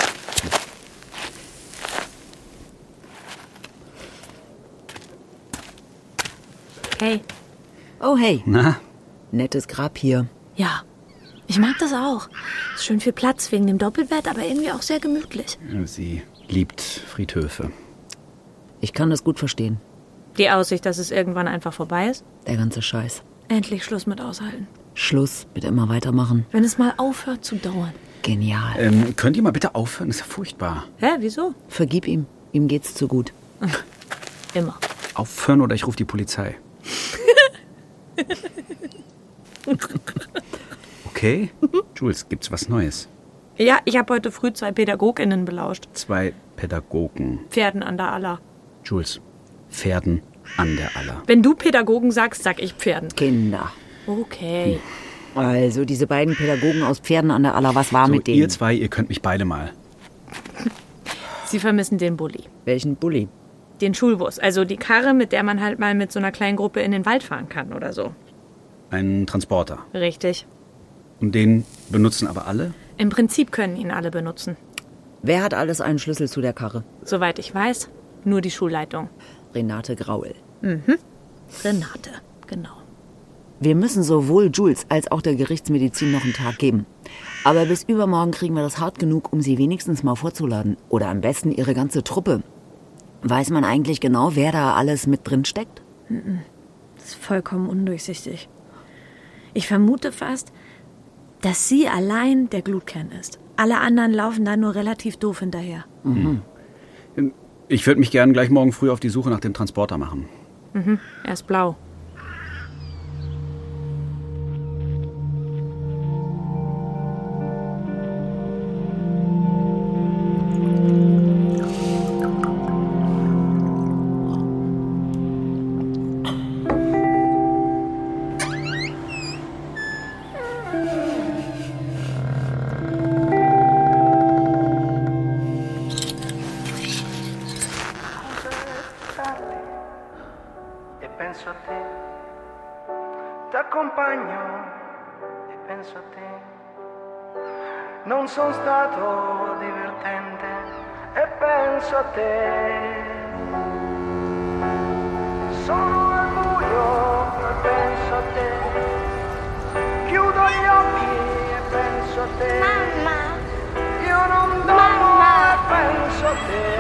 I: Hey.
F: Oh, hey.
H: Na?
F: Nettes Grab hier.
I: Ja. Ich mag das auch. Ist schön viel Platz wegen dem Doppelbett, aber irgendwie auch sehr gemütlich.
H: Sie liebt Friedhöfe.
F: Ich kann das gut verstehen.
I: Die Aussicht, dass es irgendwann einfach vorbei ist?
F: Der ganze Scheiß.
I: Endlich Schluss mit aushalten.
F: Schluss mit immer weitermachen.
I: Wenn es mal aufhört zu dauern.
F: Genial.
H: Ähm, könnt ihr mal bitte aufhören? Das ist ja furchtbar.
I: Hä, wieso?
F: Vergib ihm. Ihm geht's zu gut.
I: Immer.
H: Aufhören oder ich rufe die Polizei.
F: (laughs)
H: Okay. Jules, gibt's was Neues?
I: Ja, ich habe heute früh zwei PädagogInnen belauscht.
H: Zwei Pädagogen.
I: Pferden an der Aller.
H: Jules, Pferden an der Aller.
I: Wenn du Pädagogen sagst, sag ich Pferden.
F: Kinder.
I: Okay.
F: Also, diese beiden Pädagogen aus Pferden an der Aller, was war
H: So,
F: mit denen?
H: ihr zwei, ihr könnt mich beide mal.
I: Sie vermissen den Bulli.
F: Welchen Bulli?
I: Den Schulbus. Also die Karre, mit der man halt mal mit so einer kleinen Gruppe in den Wald fahren kann oder so.
H: Einen Transporter.
I: Richtig.
H: Und den benutzen aber alle?
I: Im Prinzip können ihn alle benutzen.
F: Wer hat alles einen Schlüssel zu der Karre?
I: Soweit ich weiß, nur die Schulleitung.
F: Renate Graul.
I: Mhm. Renate, genau.
F: Wir müssen sowohl Jules als auch der Gerichtsmedizin noch einen Tag geben. Aber bis übermorgen kriegen wir das hart genug, um sie wenigstens mal vorzuladen. Oder am besten ihre ganze Truppe. Weiß man eigentlich genau, wer da alles mit drin steckt?
I: Mhm. Das ist vollkommen undurchsichtig. Ich vermute fast, dass sie allein der Glutkern ist. Alle anderen laufen da nur relativ doof hinterher.
H: Mhm. Ich würde mich gerne gleich morgen früh auf die Suche nach dem Transporter machen.
I: Mhm. Er ist blau.
Q: E penso a te, t'accompagno e penso a te. Non sono stato divertente e penso a te. Sono al buio e penso a te. Chiudo gli occhi e penso a te. Mamma! Io non dormo e penso a te.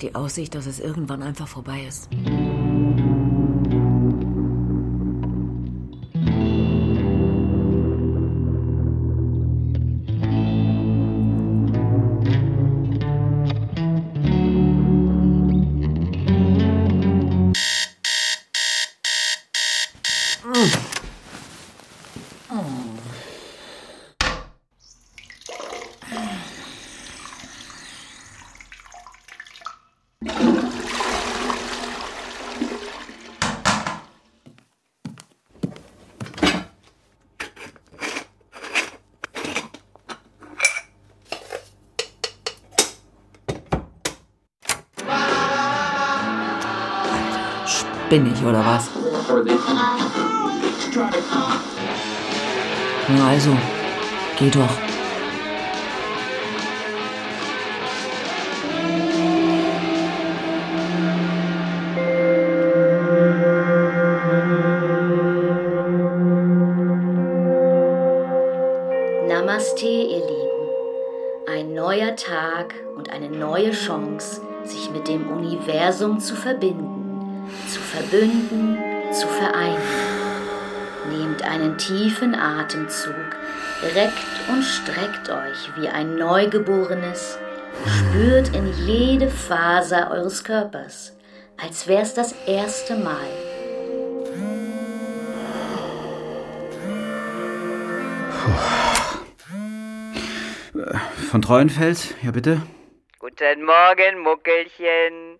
F: Die Aussicht, dass es irgendwann einfach vorbei ist. bin ich, oder was? Na also, geh doch.
E: Namaste, ihr Lieben. Ein neuer Tag und eine neue Chance, sich mit dem Universum zu verbinden, zu verbünden, zu vereinen. Nehmt einen tiefen Atemzug, reckt und streckt euch wie ein Neugeborenes, spürt in jede Faser eures Körpers, als wär's das erste Mal.
H: Äh, Von Treuenfels? Ja, bitte.
L: Guten Morgen, Muckelchen.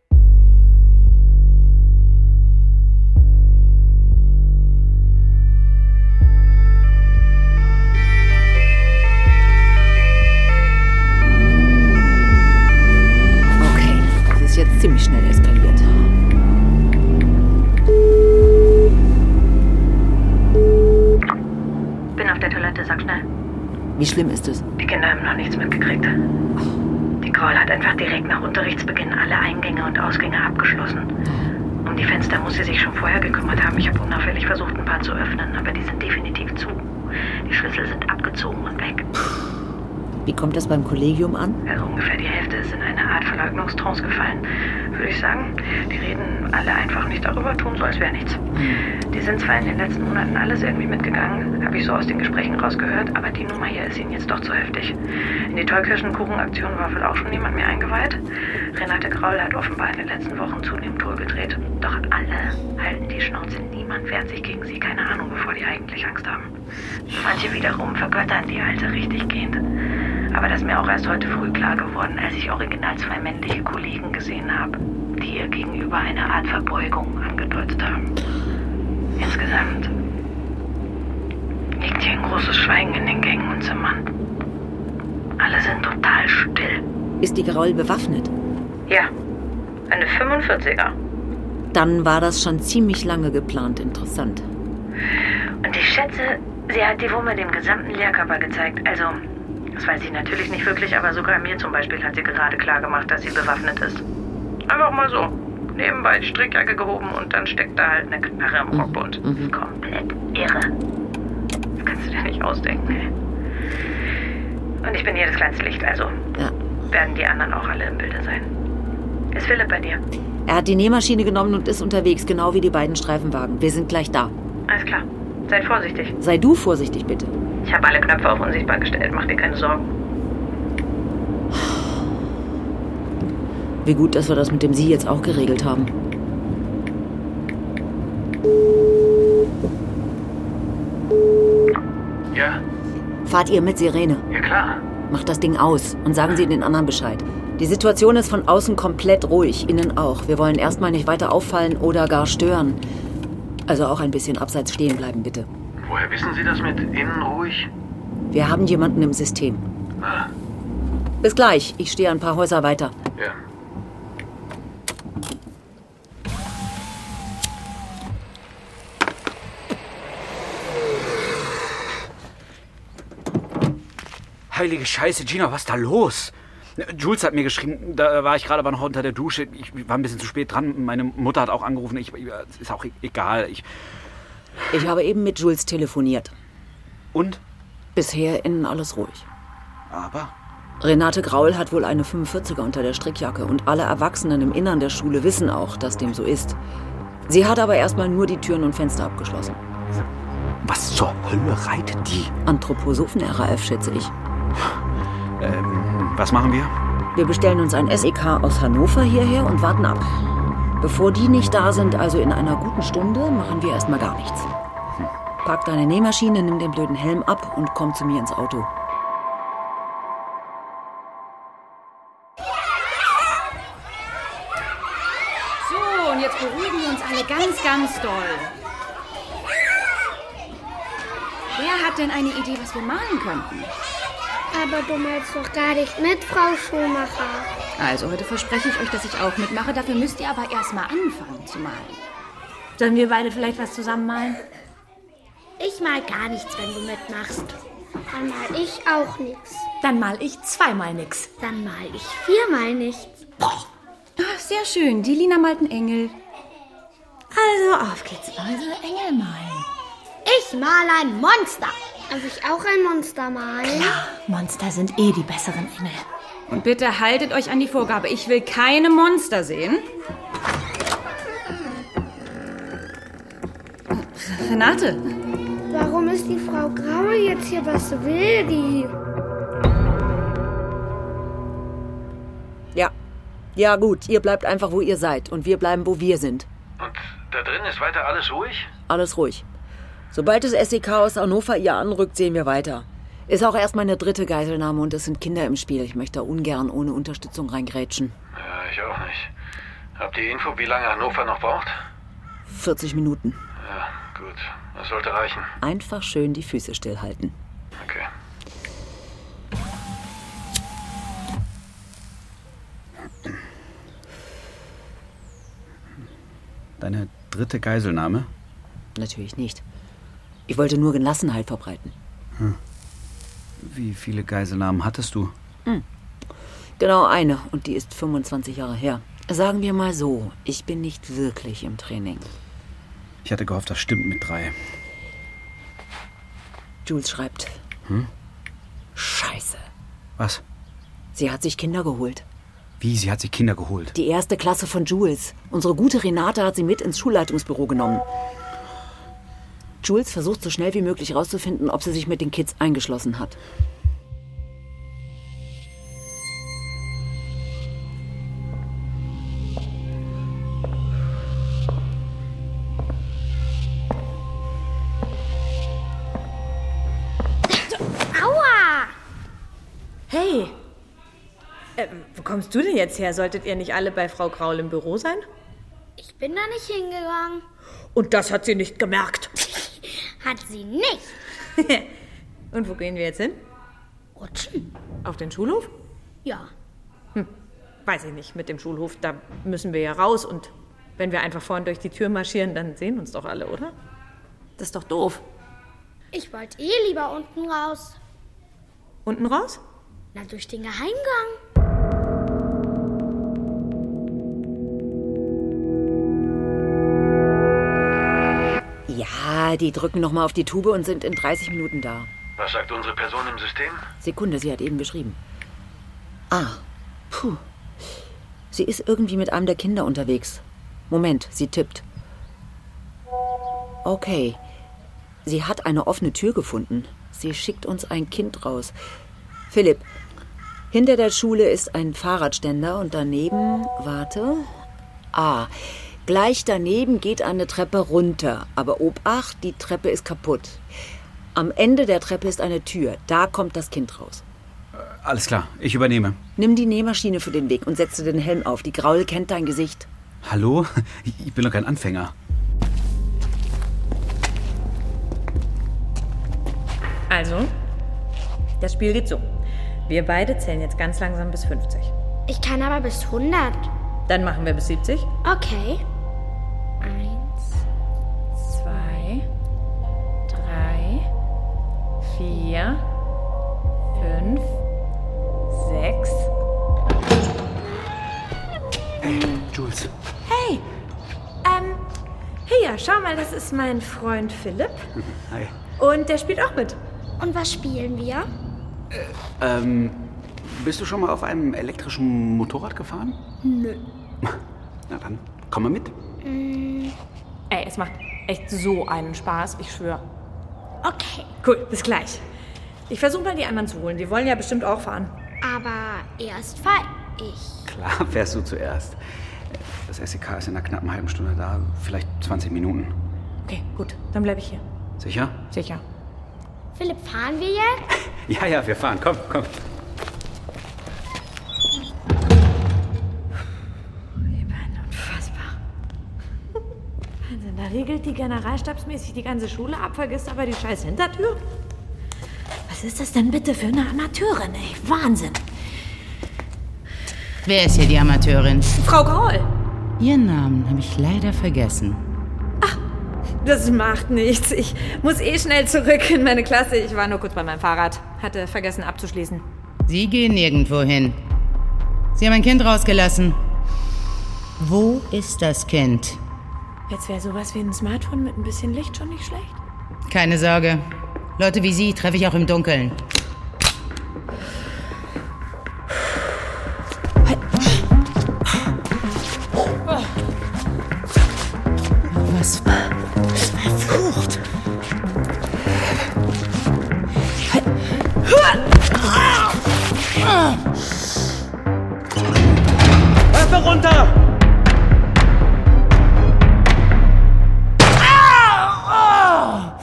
F: Okay, das ist jetzt ziemlich schnell eskaliert.
G: Bin auf der Toilette, sag schnell.
F: Wie schlimm ist es?
G: Die Kinder haben noch nichts mitgekriegt. Die Crawl hat einfach direkt nach Unterrichtsbeginn alle Eingänge und Ausgänge abgeschlossen. Um die Fenster muss sie sich schon vorher gekümmert haben. Ich habe unauffällig versucht, ein paar zu öffnen, aber die sind definitiv zu. Die Schlüssel sind abgezogen und weg.
F: Wie kommt das beim Kollegium an?
G: Also ungefähr die Hälfte ist in eine Art Verleugnungstrance gefallen, würde ich sagen. Die reden alle einfach nicht darüber, tun so, als wäre nichts. Die sind zwar in den letzten Monaten alles irgendwie mitgegangen, habe ich so aus den Gesprächen rausgehört, aber die Nummer hier ist ihnen jetzt doch zu heftig. In die Tollkirschenkuchenaktion war wohl auch schon niemand mehr eingeweiht. Renate Kraul hat offenbar in den letzten Wochen zunehmend Toll gedreht. Doch alle halten die Schnauze, niemand wehrt sich gegen sie, keine Ahnung, wovor die eigentlich Angst haben. Manche wiederum vergöttern die Alte richtig gehend. Aber das ist mir auch erst heute früh klar geworden, als ich original zwei männliche Kollegen gesehen habe, die ihr gegenüber eine Art Verbeugung angedeutet haben. Insgesamt liegt hier ein großes Schweigen in den Gängen und Zimmern. Alle sind total still.
F: Ist die Graul bewaffnet?
G: Ja, eine 45er.
F: Dann war das schon ziemlich lange geplant. Interessant.
G: Und ich schätze, sie hat die Wumme dem gesamten Lehrkörper gezeigt. Also, das weiß ich natürlich nicht wirklich, aber sogar mir zum Beispiel hat sie gerade klar gemacht, dass sie bewaffnet ist. Einfach mal so. Nebenbei die Strickjacke gehoben und dann steckt da halt eine Knarre im Rockbund. Komplett irre. Das kannst du dir nicht ausdenken. ey. Und ich bin hier das kleinste Licht, also werden die anderen auch alle im Bilde sein. Ist Philipp bei dir?
F: Er hat die Nähmaschine genommen und ist unterwegs, genau wie die beiden Streifenwagen. Wir sind gleich da.
G: Alles klar. Seid vorsichtig.
F: Sei du vorsichtig, bitte.
G: Ich habe alle Knöpfe auf unsichtbar gestellt, mach dir keine Sorgen.
F: Wie gut, dass wir das mit dem Sie jetzt auch geregelt haben.
S: Ja,
F: Fahrt ihr mit Sirene?
S: ja klar.
F: Macht das Ding aus und sagen Sie den anderen Bescheid. Die Situation ist von außen komplett ruhig, innen auch. Wir wollen erstmal nicht weiter auffallen oder gar stören. Also auch ein bisschen abseits stehen bleiben, bitte.
S: Woher wissen Sie das mit innen ruhig?
F: Wir haben jemanden im System.
S: Ah,
F: Bis gleich, ich stehe ein paar Häuser weiter.
S: ja.
V: Heilige Scheiße, Gina, was ist da los? Jules hat mir geschrieben, da war ich gerade aber noch unter der Dusche. Ich war ein bisschen zu spät dran. Meine Mutter hat auch angerufen. Ich, äh, ist auch e-, egal. Ich,
F: Ich habe eben mit Jules telefoniert.
V: Und?
F: Bisher innen alles ruhig.
V: aber?
F: Renate Graul hat wohl eine 45er unter der Strickjacke und alle Erwachsenen im Innern der Schule wissen auch, dass dem so ist. Sie hat aber erstmal nur die Türen und Fenster abgeschlossen.
V: Was zur Hölle reitet die?
F: Anthroposophen RAF, schätze ich.
H: Ähm, was machen wir?
F: Wir bestellen uns ein SEK aus Hannover hierher und warten ab. Bevor die nicht da sind, also in einer guten Stunde, machen wir erstmal gar nichts. Pack deine Nähmaschine, nimm den blöden Helm ab und komm zu mir ins Auto.
D: So, und jetzt beruhigen wir uns alle ganz, ganz doll. Wer hat denn eine Idee, was wir malen könnten?
M: Aber du malst doch gar nicht mit, Frau Schumacher.
D: Also, heute verspreche ich euch, dass ich auch mitmache. Dafür müsst ihr aber erstmal anfangen zu malen.
O: Sollen wir beide vielleicht was zusammen malen?
M: Ich mal gar nichts, wenn du mitmachst. Dann mal ich auch nichts.
O: Dann mal ich zweimal nix.
M: Dann mal ich viermal nichts.
O: Ach, Ah, sehr schön. Die Lina malt einen Engel. Also, auf geht's. Also, Engel malen.
M: Ich mal ein Monster. Darf Also ich auch ein Monster malen?
O: Monster sind eh die besseren Engel.
D: Und bitte haltet euch an die Vorgabe. Ich will keine Monster sehen. Renate.
M: Warum ist die Frau Graue jetzt hier? Was will die?
F: Ja. Ja, gut, ihr bleibt einfach, wo ihr seid und wir bleiben, wo wir sind.
S: Da drin ist weiter alles ruhig?
F: Alles ruhig. Sobald das SEK aus Hannover ihr anrückt, sehen wir weiter. Ist auch erst meine dritte Geiselnahme und es sind Kinder im Spiel. Ich möchte da ungern ohne Unterstützung reingrätschen.
S: Ja, ich auch nicht. Habt ihr Info, wie lange Hannover noch braucht?
F: 40 Minuten.
S: Ja, gut. Das sollte reichen.
F: Einfach schön die Füße stillhalten.
S: Okay.
H: Deine dritte Geiselnahme?
F: Natürlich nicht. Ich wollte nur Gelassenheit verbreiten.
H: Wie viele Geiselnahmen hattest du?
F: Genau eine und die ist 25 Jahre her. Sagen wir mal so, ich bin nicht wirklich im Training.
H: Ich hatte gehofft, das stimmt mit drei.
F: Jules schreibt,
H: Hm?
F: scheiße.
H: Was?
F: Sie hat sich Kinder geholt.
H: Wie? Sie hat sich Kinder geholt.
F: Die erste Klasse von Jules. Unsere gute Renate hat sie mit ins Schulleitungsbüro genommen. Jules versucht so schnell wie möglich herauszufinden, ob sie sich mit den Kids eingeschlossen hat.
M: Aua!
I: Hey! Äh,
M: Ähm,
I: wo kommst du denn jetzt her? Solltet ihr nicht alle bei Frau Graul im Büro sein?
M: Ich bin da nicht hingegangen.
I: Und das hat sie nicht gemerkt.
M: Hat sie nicht.
D: (laughs)
I: Und wo gehen wir jetzt hin?
M: Rutschen.
I: Auf den Schulhof?
M: Ja.
I: Weiß ich nicht, mit dem Schulhof, da müssen wir ja raus. Und wenn wir einfach vorne durch die Tür marschieren, dann sehen uns doch alle, oder? Das ist doch doof.
M: Ich wollte eh lieber unten raus.
I: Unten raus?
M: Na, durch den Geheimgang.
F: Ja, die drücken nochmal auf die Tube und sind in 30 Minuten da.
S: Was sagt unsere Person im System?
F: Sekunde, sie hat eben beschrieben. Ah, puh. Sie ist irgendwie mit einem der Kinder unterwegs. Moment, sie tippt. Okay. Sie hat eine offene Tür gefunden. Sie schickt uns ein Kind raus. Philipp, hinter der Schule ist ein Fahrradständer und daneben, warte. Ah, gleich daneben geht eine Treppe runter. Aber Obacht, die Treppe ist kaputt. Am Ende der Treppe ist eine Tür. Da kommt das Kind raus.
H: Alles klar, ich übernehme.
F: Nimm die Nähmaschine für den Weg und setze den Helm auf. Die Graul kennt dein Gesicht.
H: Hallo? Ich bin doch kein Anfänger.
I: Also, das Spiel geht so. Wir beide zählen jetzt ganz langsam bis 50.
M: Ich kann aber bis 100.
I: Dann machen wir bis 70.
M: Okay.
I: Zwei, drei, vier, fünf, sechs.
V: Jules.
O: Hey! Ähm, hier, schau mal, das ist mein Freund Philipp.
V: Hi.
O: Und der spielt auch mit.
M: Und was spielen wir?
V: Ähm, bist du schon mal auf einem elektrischen Motorrad gefahren?
M: Nö.
V: Na dann, komm mal mit.
O: Äh. Ey, es macht echt so einen Spaß, ich schwöre.
M: Okay.
O: Cool, bis gleich. Ich versuche mal, die anderen zu holen. Die wollen ja bestimmt auch fahren.
M: Aber erst fall ich.
H: Klar, (laughs) fährst du zuerst. Das SEK ist in einer knappen halben Stunde da, vielleicht 20 Minuten.
O: Okay, gut, dann bleibe ich hier.
H: Sicher?
O: Sicher.
M: Philipp, fahren wir jetzt?
H: Ja, ja, wir fahren. Komm, komm.
O: Unfassbar. Wahnsinn, da regelt die generalstabsmäßig die ganze Schule ab, vergisst aber die scheiß Hintertür. Was ist das denn bitte für eine Amateurin, ey? Wahnsinn.
W: Wer ist hier die Amateurin?
O: Frau Graul.
W: Ihren Namen habe ich leider vergessen.
O: Ach, Das macht nichts. Ich muss eh schnell zurück in meine Klasse. Ich war nur kurz bei meinem Fahrrad. Hatte vergessen abzuschließen.
W: Sie gehen nirgendwo hin. Sie haben ein Kind rausgelassen. Wo ist das Kind?
O: Jetzt wäre sowas wie ein Smartphone mit ein bisschen Licht schon nicht schlecht.
W: Keine Sorge. Leute wie Sie treffe ich auch im Dunkeln.
X: Was? Verflucht!
Q: Treppe runter! Ah!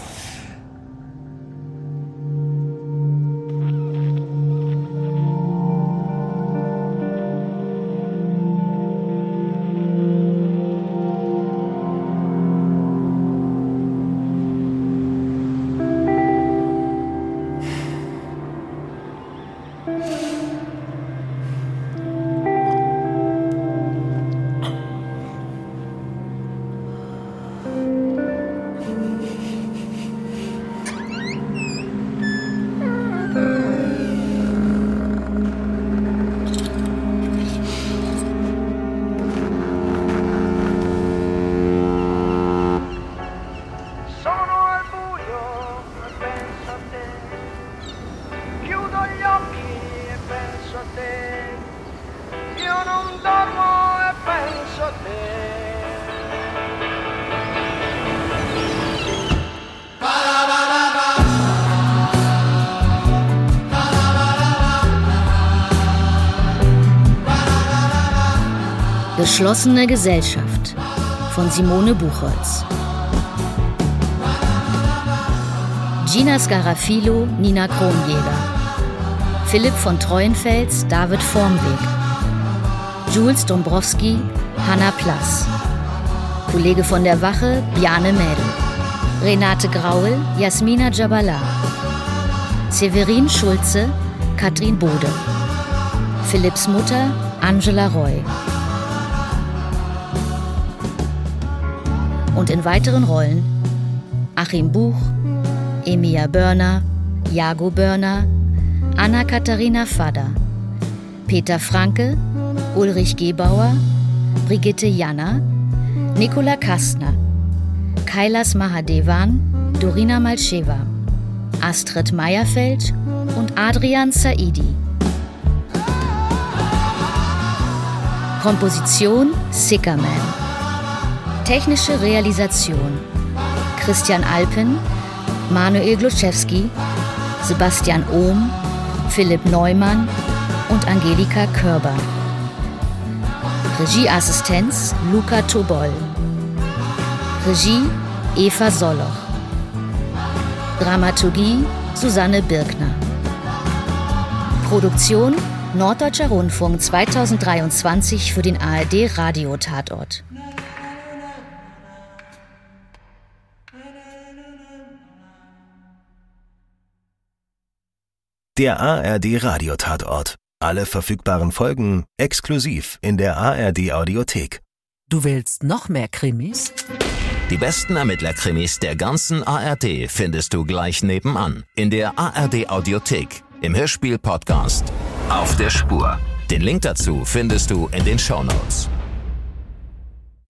C: Sono al buio e penso a te. Chiudo gli occhi e penso a te. Io non dormo e penso a te.
E: Geschlossene Gesellschaft von Simone Buchholz. Gina Scarafilo, Nina Kronjäger. Philipp von Treuenfels, David Vormweg. Jules Dombrowski, Hanna Plass. Kollege von der Wache, Bjane Mädel. Renate Graul, Jasmina Jabala. Severin Schulze, Katrin Bode. Philipps Mutter, Angela Roy. Und in weiteren Rollen Achim Buch, Emilia Börner, Jago Börner, Anna-Katharina Fadder, Peter Franke, Ulrich Gebauer, Brigitte Janna, Nicola Kastner, Kailas Mahadevan, Dorina Malcheva, Astrid Meierfeld und Adrian Saidi. Komposition Sickerman. Technische Realisation Christian Alpen, Manuel Gluszewski, Sebastian Ohm, Philipp Neumann und Angelika Körber. Regieassistenz Luca Tobol. Regie Eva Solloch. Dramaturgie Susanne Birkner. Produktion Norddeutscher Rundfunk 2023 für den ARD Radiotatort.
B: Der ARD Radiotatort. Alle verfügbaren Folgen exklusiv in der ARD Audiothek.
Y: Du willst noch mehr Krimis?
B: Die besten Ermittlerkrimis der ganzen ARD findest du gleich nebenan in der ARD Audiothek im Hörspiel Podcast Auf der Spur. Den Link dazu findest du in den Shownotes.